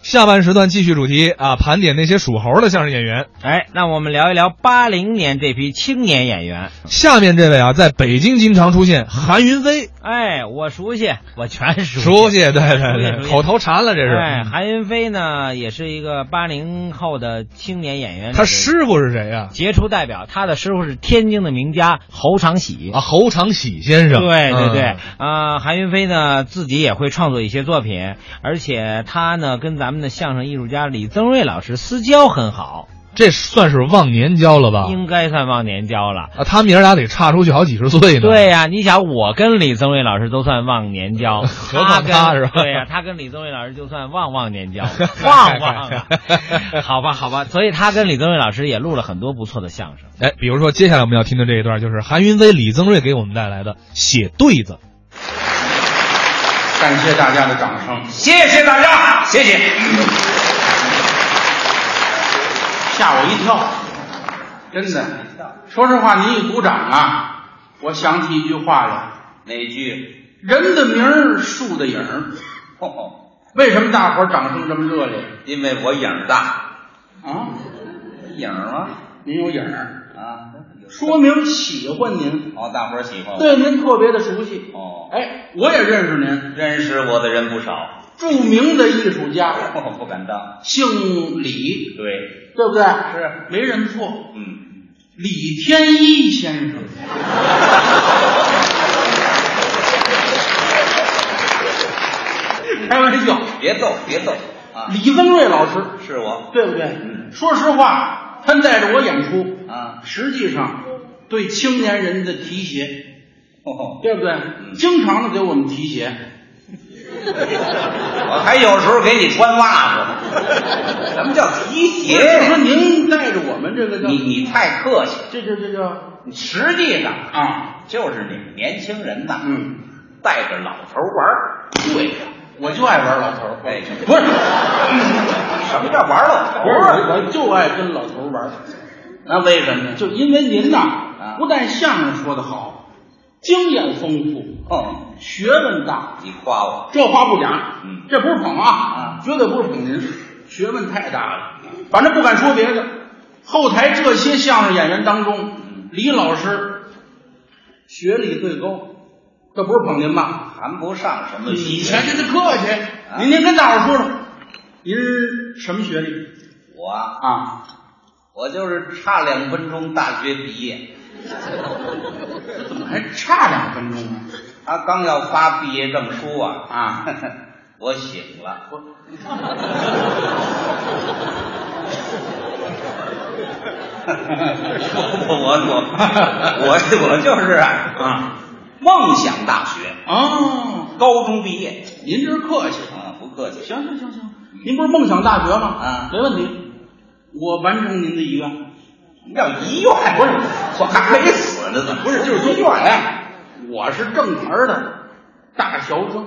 下半时段继续主题啊，盘点那些属猴的相声演员。哎，那我们聊一聊八零年这批青年演员。下面这位啊，在北京经常出现，韩云飞，哎，我熟悉，我全熟熟悉，对对熟悉对，口头禅了这是。哎，嗯韩云飞呢，也是一个八零后的青年演员，他师傅是谁啊呀？杰出代表。他的师傅是天津的名家侯长喜。啊，侯长喜先生。对对对，嗯啊、韩云飞呢自己也会创作一些作品，而且他呢跟咱们的相声艺术家李增瑞老师私交很好，这算是忘年交了吧？应该算忘年交了。啊，他们爷儿俩得差出去好几十岁呢。对呀、你想我跟李增瑞老师都算忘年交， 何况跟他是吧对呀、他跟李增瑞老师就算忘忘 年交，忘忘啊，好吧，好吧，所以他跟李增瑞老师也录了很多不错的相声。哎，比如说接下来我们要听的这一段，就是韩云飞、李增瑞给我们带来的写对子。感谢大家的掌声。谢谢大家，谢谢。吓我一跳，真的。说实话，您一鼓掌啊，我想起一句话来：哪句？人的名儿，树的影儿。哦，为什么大伙儿掌声这么热烈因为我影儿大，啊？影儿吗？您有影儿，啊，说明喜欢您，哦，大伙儿喜欢我。对您特别的熟悉。哦，哎，我也认识您，认识我的人不少，著名的艺术家，哦，不敢当。姓李，对，对不对？是，没认错。嗯，李天一先生。 开玩笑，别揍，别揍啊！李增瑞老师，是我对不对？嗯说实话，他带着我演出，啊，实际上对青年人的提携，哦，对不对？经常的给我们提携，我还有时候给你穿袜子， 什么叫提也鞋就是说您带着我们这个叫你你太客气，这这这叫实际上啊，就是你们年轻人呐，嗯，带着老头玩儿。对，我就爱玩老头儿，哎不是。什么叫玩老头不是，儿？啊我就爱跟老头玩儿。那为什么呢？就因为您啊呐，不但相声说得好，经验丰富，嗯，学问大，你夸我，这话不假。嗯这不是捧啊，绝对不是捧您，学问太大了。反正不敢说别的，后台这些相声演员当中，嗯李老师学历最高，这不是捧您吧？谈不上什么以学前嗯这历啊是客气，您您跟大伙儿说说，您什么学历我啊，啊？我就是差两分钟大学毕业，怎么还差两分钟呢？他刚要发毕业证书啊，啊，我醒了， 我我我我我就是啊，梦想大学 哦，高中毕业您这是客气。啊，不客气，行行行行，您不是梦想大学吗？啊没问题，我完成您的遗愿。要医院不是，我还没死呢，怎么不是，就是说医院哎，我是正牌的大学生，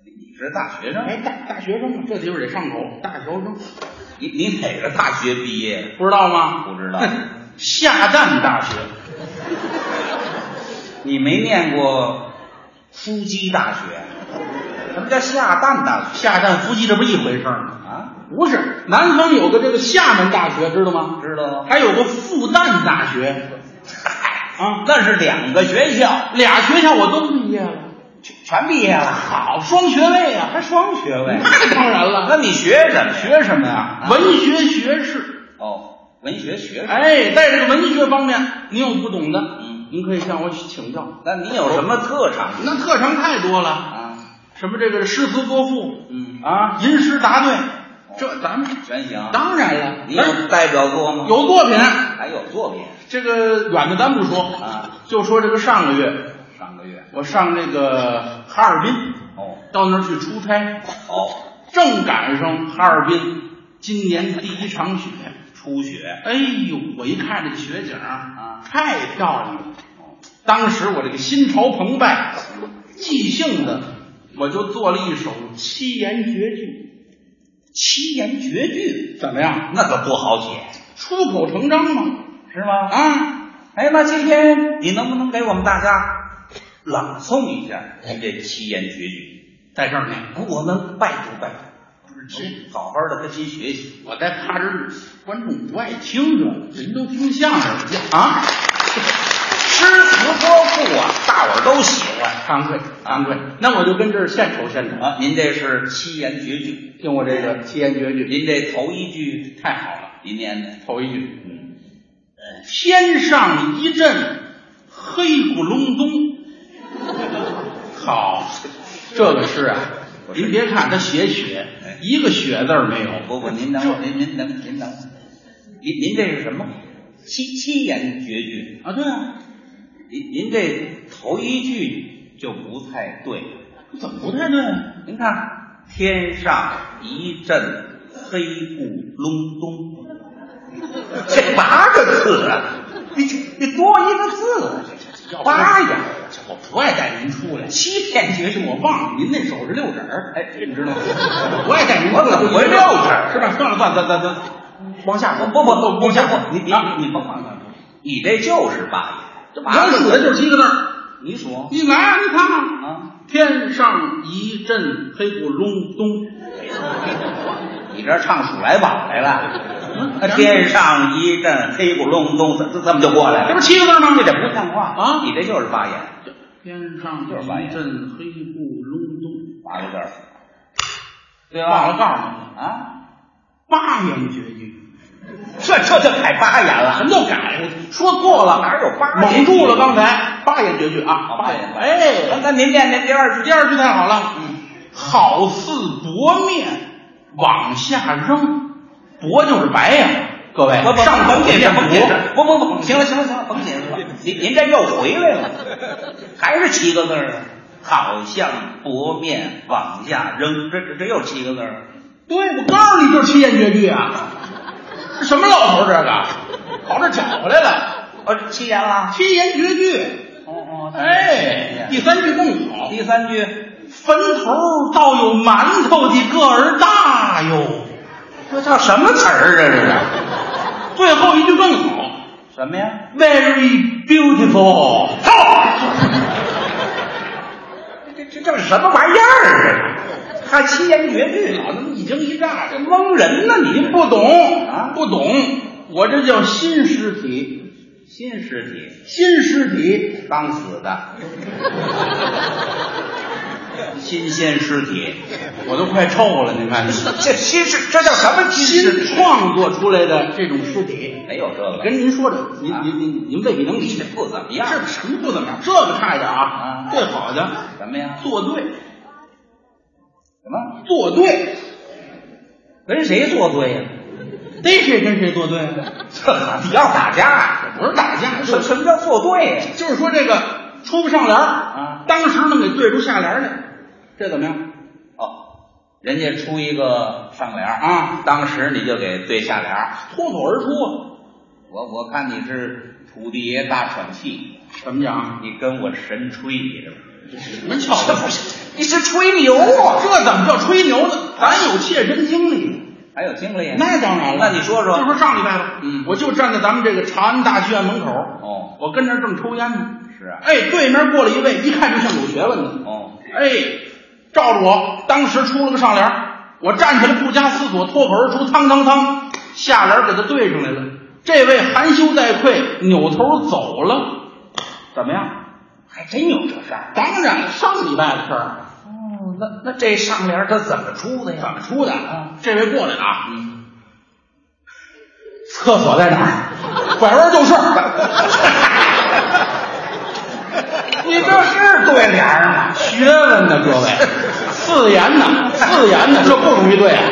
你是大学生，哎，大大学生嘛，这地方得上口，大学生，你你哪个大学毕业？不知道吗？不知道 下蛋大学，你没念过夫基大学？什么叫下蛋大学下蛋夫妻这不是一回事儿吗？啊？不是，南方有个这个厦门大学，知道吗？知道？啊还有个复旦大学，嗨啊那是两个学校，俩学校我都毕业了。全全毕业了，好，双学位啊！还双学位？啊那当然了，那你学什么？学什么呀？文学学士。哦，文学学士。哎，在这个文学方面，您有不懂的，嗯您可以向我请教。那你有什么特长那特长太多了，啊？什么这个诗词歌赋，嗯哦啊，吟诗答对，这咱们全行。当然了，你有代表作吗？，有作品。还有作品。这个远的咱不说啊，就说这个上个月上个月。我上那个哈尔滨，哦到那儿去出差，哦，正赶上哈尔滨今年第一场雪。初雪。哎呦，我一看这个雪景啊，太漂亮了！哦当时我这个心潮澎湃，即兴的我就做了一首七言绝句。七言绝句，怎么样？那可不好写，出口成章嘛！是吗？啊，哎，那今天你能不能给我们大家朗诵一下您这七言绝句？在这儿呢，我们拜读拜读。这好好的跟您学习。我在怕这儿观众不爱听着，人都听相声了啊。诗词歌赋啊，大伙儿都喜欢惭愧，惭愧。那我就跟这儿献丑献丑，啊。您这是七言绝句，听我这个七言绝句，您这头一句太好了。您念的，头一句，嗯，天上一阵黑咕隆咚。好，哎这个诗啊，不是您别看它写雪，一个雪字儿没有。哎不不，您等会儿，您您等您等会儿，您您这是什么？七七言绝句，啊，对啊，您您这头一句就不太对。怎么不太对啊？您看，天上一阵黑咕 隆咚，这八个字啊，你这你多一个字啊，这这这八呀，这我不爱带您出来。七天绝其实句我忘了，您那手是六指儿，哎，你 知道吗？我也带您问了，我六指是吧？算了算了算了，往下说，不不不，往下不，说，你你你你甭管了，你这就是八爷，这八刚个数字的就是七个字儿。你数你来啊，你看看啊，天上一阵黑咕隆咚，你这唱数来宝来了，嗯天上一阵黑咕隆咚，这这这么就过来这了不，是七个字吗？这不像话啊你这就是八爷，天上一阵黑咕隆咚，八个字儿，对忘了吧？告诉你，啊，八言绝句，这这就改八言了，什么叫改？说错了，哪有八蒙言住了刚才八言绝句啊，好八啊八言言哎，那那您念念第二句，第二句太好了，嗯，好似薄面往下扔，薄就是白呀、各位，不不，上甭解解释，释，甭解释，不不不，行了行了行了，甭解释 了。您您这又回来了，还是七个字儿啊？好像薄面往下扔，这这这又七个字儿。对，我告诉你，就是七言绝句啊！这什么老头儿这个，跑这儿找回来了，哦，这七言了。七言绝句。哦哦哎，第三句更好，第三句，坟头倒有馒头的个儿大哟。这叫什么词儿啊？最后一句更好这是什么呀？ ，very beautiful。这这这是什么玩意儿啊？还七言绝句脑子一惊一乍的，蒙人呢您你？不懂啊不懂，我这叫新尸体，新尸体，新尸体。刚死 的，新鲜尸体。我都快臭了，你看，这新是这叫什么新新是？创作出来的这种尸体，没有这个，跟您说的，您啊您您您未必能理解，不怎么样这什么不怎么样？这个差一点啊啊，最好的什么呀？作对，什么？作对，跟谁作对呀、逮谁跟谁作对，啊 这你要打架啊？不是打架，什就什么叫作对呀、就是说这个出不上联儿啊当时能给对出下联来，这怎么样？哦，人家出一个上联儿啊，当时你就给对下联儿。脱口而出，啊我我看你是土地爷大喘气，怎么讲？你跟我神吹，你这什么叫这不是你是吹牛啊？这怎么叫吹牛呢？咱有切身经历。还有经历？那当然了，那你说说就说上礼拜吧，嗯我就站在咱们这个长安大剧院门口，哦我跟那儿正抽烟呢。是啊哎，对面过来一位，一看就像有学问的，哦，哎，照着我，当时出了个上联儿，我站起来不加思索，脱口而出，汤汤汤，下联儿给他对上来了。这位含羞带愧，扭头走了，怎么样？还真有这事儿。当然了，上礼拜的事儿，哦，那那这上联儿它怎么出的呀？怎么出的？啊这位过来的啊，嗯。厕所在哪儿？拐弯就是。 你这是对联儿啊吗？学问呢，各位，四言呢，四言呢，这不容易对啊。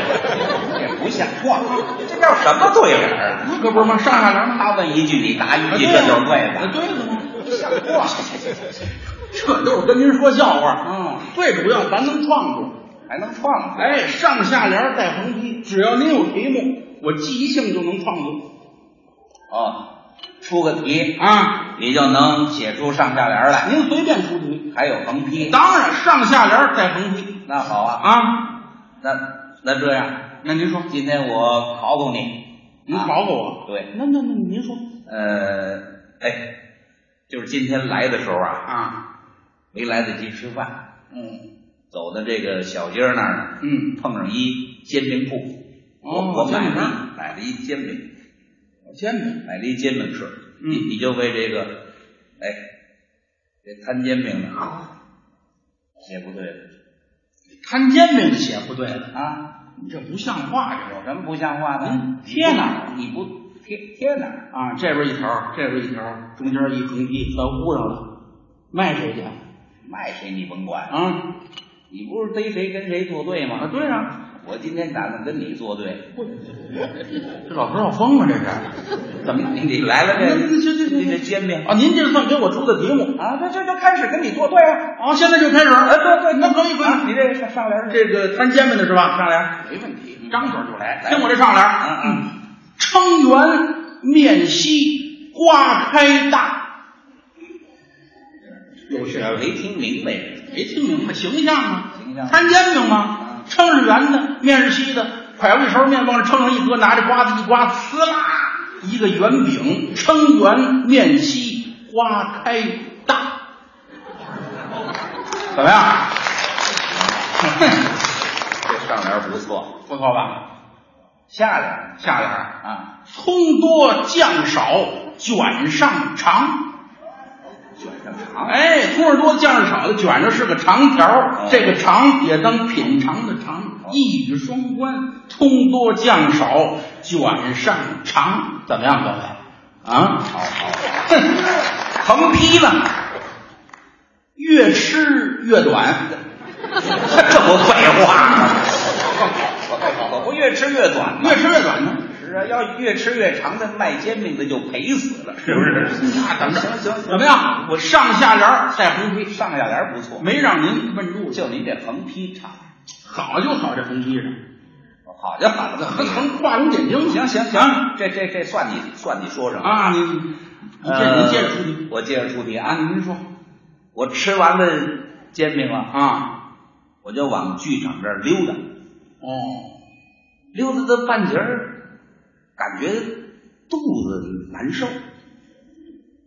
也不像话，啊这叫什么对联儿啊？这不是吗？上下联吗？他问一句，你答一句，啊这呀就是对啊的。对了吗？ 这都是跟您说笑话。嗯，最主要咱能创作。还能创作？哎，上下联带横批，只要您有题目，我即兴就能创作哦，出个题，啊。你就能写出上下联儿来。您随便出题，还有横批，当然上下联带横批那好啊。啊。那那这样，那您说，今天我考考你，您啊考考我。对，那那那您说呃，哎，就是今天来的时候啊，啊？没来得及吃饭，嗯，走到这个小街儿那儿呢，嗯，碰上一煎饼铺，哦我我买煎饼了摊一买了一煎饼，我煎饼，买了一煎饼吃，嗯你你就为这个，哎，这摊煎饼的哦啊，也不对摊煎饼写不对了，啊，你这不像话，这有什么不像话的嗯？贴贴哪哪儿？你不贴贴哪儿？啊，这边一条，这边一条，中间一横批，到屋上了，卖谁去？卖谁你甭管，啊你不是逮谁跟谁作对啊，吗？对啊，我今天打算跟你作对，这老头儿要疯了，这 是怎么你你来了这行行行行这这煎饼啊！您这算给我出的题目啊，这这就开始跟你作对啊！啊！现在就开始，哎，对对，那可以可啊，以，你这上上联是这个摊煎饼的是吧？上联。没问题，张嘴就来，来听我这上联儿，嗯嗯，撑圆面稀，花开大，有学问，没听明白。没听明白形象啊，形象摊煎饼嘛，撑是圆的，面是稀的，蒯上一勺面往这撑上一搁，拿着瓜子一刮，呲啦，一个圆饼，撑圆面稀，花开大，怎么样？ 这上联不错，不错吧？下联下联儿。啊，葱多酱少，卷上长。卷上肠，哎，葱儿多酱儿少的卷着是个长条哦儿，这个长也当品尝的尝，一语双关。葱多酱少，卷上长，怎么样，各位？啊，好好，哼，横批呢？越吃越短。 这不废话 吗？我不越吃越短吗越？吃越短呢？是啊，要越吃越长的卖煎饼的就赔死了，是不是？那怎么 行行行怎么样？我上下联儿再横批，上下联不错，没让您问住，哎就你这横批差，好就好这横批上，好就好了。横横画龙点睛。行行啊行，这这这算你算你说什么？啊，你你接呃你接着出题我接着出题啊，啊！您说我吃完了煎饼了，啊，我就往剧场这儿溜达，哦，嗯溜达到半截儿，感觉肚子难受，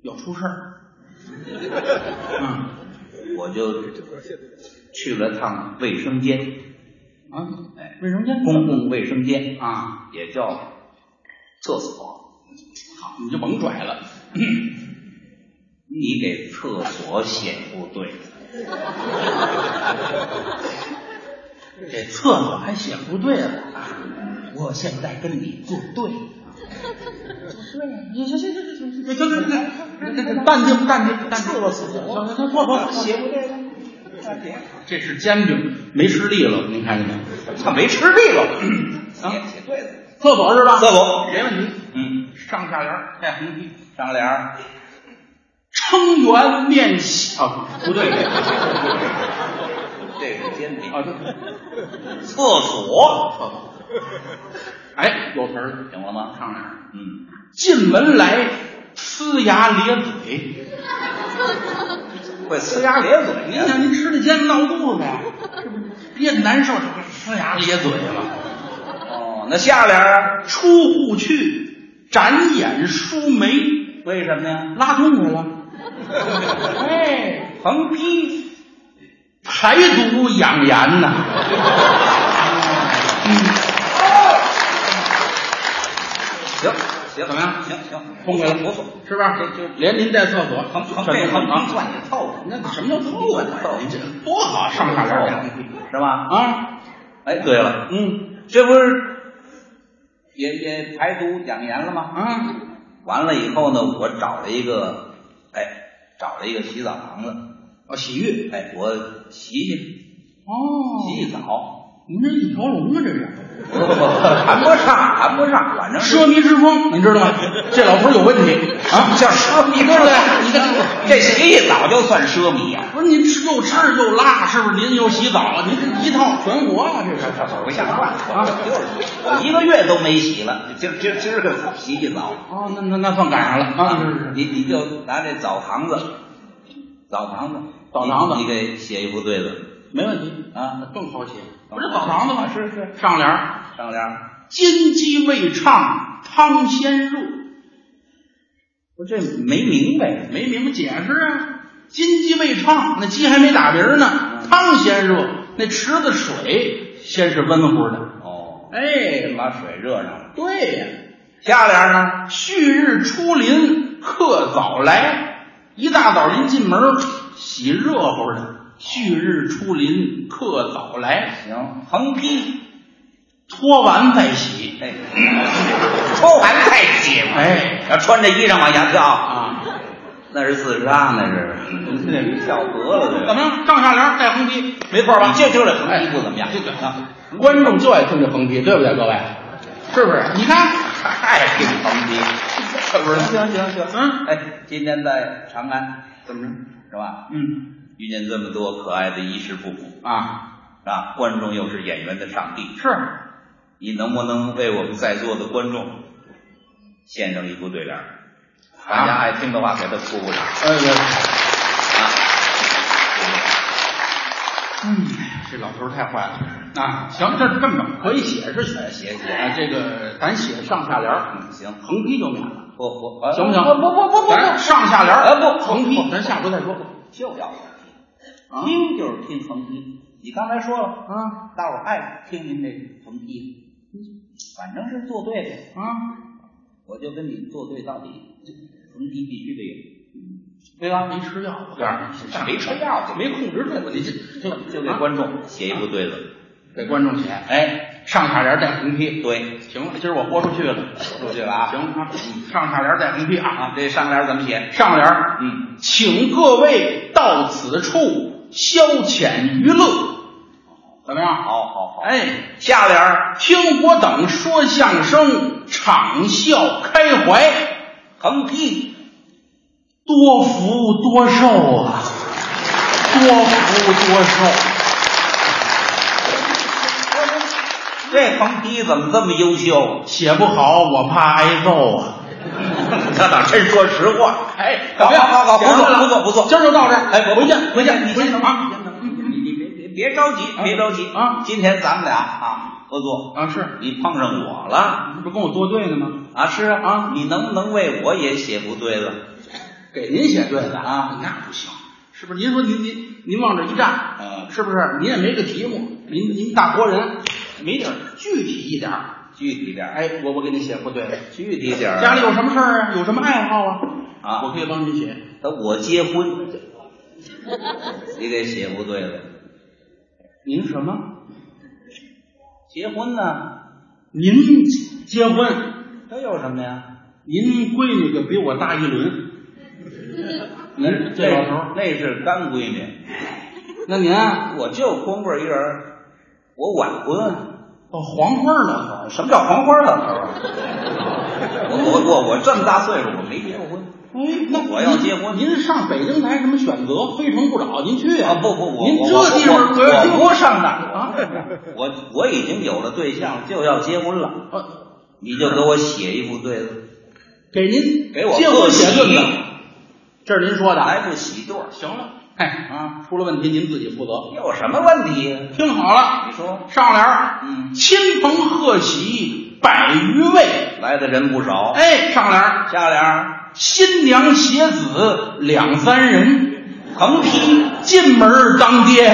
要出事儿，嗯我就去了趟卫生间，嗯哎啊，卫生间公共卫生间，啊，也叫厕所。好，你就甭拽了，你给厕所写不对，这厕所还写不对了，我现在跟你作对。对，行行行行行行行行，淡定淡定淡定，行行行，不不写写不不对了。这是煎饼，没吃力了，您看见没？他没吃力了，啊写写对了。厕所是吧？厕所没问题，嗯，上下联儿带横批。上联儿撑圆面稀啊，不对啊，这是煎饼，对，厕所哎，有词儿，行了吗？上哪？嗯，进门来，呲牙咧嘴。会呲牙咧嘴您想，您吃的煎闹肚子呀，憋得难受，呲牙咧嘴了。哦，那下联儿出户去，展眼舒眉，为什么呀？拉肚子了。哎，横批排毒养颜呐。行行怎么样行行，痛快了不错，是吧？这就连您带厕所，横横全这都横批啊算你凑合，那什么叫凑凑合合凑合呀？您这多好，啊上下联儿两批是吧？啊。哎，对了，嗯这不是也也排毒养颜了吗？啊，完了以后呢，我找了一个，哎，找了一个洗澡堂子，哦，洗浴哎，我洗洗哦洗洗澡，您这一条龙啊，这是不不不谈不上，谈不上，反正是奢靡之风，你知道 吗？这老头儿有问题 啊，叫奢靡，对不对？你看，这洗洗澡就算奢靡呀、 不是您吃又吃又拉，是不是？您又洗澡，您这一套全国啊，这是。不像话！就是我一个月都没洗了，今儿今儿今儿个洗洗澡。哦，那那那算赶上了啊！是是是，你你就拿这澡堂子，澡堂子，澡堂子你你给写一副对子没问题，啊。更好写。不是澡堂子吗？是是，上联儿上联儿金鸡未唱汤先入，我这没明白，没明白解释啊。金鸡未唱，那鸡还没打鸣呢，汤先入，那池子水先是温乎的，哦，哎，把水热上了，对呀、下联呢？旭日出林客早来，一大早临进门洗热乎的。旭日出林客早来，行，横批：脱完再洗。哎，抽完再洗嘛，哎要穿着衣裳往下跳，啊，那是自杀，那是， 那是跳河了，这怎个么样？上下联带横批，没错吧？就就这横批不怎么样哎这个啊观众就爱听这横批，对不对，各位？是不是？你看，太听横批，是不是？行行行嗯哎，今天在长安怎么着？是吧？嗯遇见这么多可爱的衣食父母啊，哎啊，观众又是演员的上帝，是你能不能为我们在座的观众献上一副对联儿？大家啊爱听的话，给他鼓鼓掌啊！哎呀，嗯，这老头儿太坏了啊！行，这这么着可以写是写写写啊，这个咱写上下联儿，嗯行，横批就免了，不不，呃行不行？不不不不咱不，上下联儿哎不横不批，不咱下回再说就要啊听就是听横批。你刚才说了，啊大伙儿爱听您这横批，反正是做对的，啊！我就跟你做对到底，横批必须啊得对吧？没吃药，啊我告诉你，没吃药就没控制住，你这有，就就给观众写一副对子。给观众写哎，上下联儿带横批。对，行了，今儿我豁出去了，出去了啊！行啊，上下联儿带横批啊，啊，这上联怎么写？上联儿嗯，请各位到此处消遣娱乐，怎么样？好好好。哎，下联儿听我等说相声，场笑开怀，横批，多福多寿啊，多福多寿。这横批怎么这么优 秀？啊写不好我怕挨揍啊！他倒真说实话。哎好好好，不行了错不错不错。今儿就到这儿，哎，回回去去回回去去，，你你先先等等啊啊，你先等，你你别别别着急，别着急啊今天咱们俩啊，合作，啊是，你碰上我了你不跟我作对呢吗？啊？是啊，你能不能为我也写不对了？给您写对的啊那不行，是不是？您说您您您往这一站，嗯是不是？您也没个题目，您您大活人，没点儿具体一点儿。具体点儿，哎，我我给您写不对，具体点儿。家里有什么事儿啊？有什么爱好啊？啊我可以帮您写。等我结婚，你给写不对了。您什么？结婚呢？您结婚？这有什么呀？您闺女可比我大一轮。您这老头儿，那是干闺女，那您啊我就光棍一人儿，我晚婚啊。哦，黄花儿老头儿，什么叫黄花老头儿啊？我 我我我这么大岁数，我没结过婚。哎，那我要结婚您您上北京台什么选择？非诚勿扰，您去啊不不我您我这地我方我听不上的啊。我我已经有了对象了，就要结婚了，呃你就给我写一副对子，给您给我结婚贺喜写论的，哎这是您说的。来副喜对儿。行了，哎啊，出了问题您自己负责。有什么问题呀？听好了，你说上联儿，嗯亲朋贺喜百余位。来的人不少，哎，上联儿，下联儿新娘携子两三人，横批， 进门儿当爹。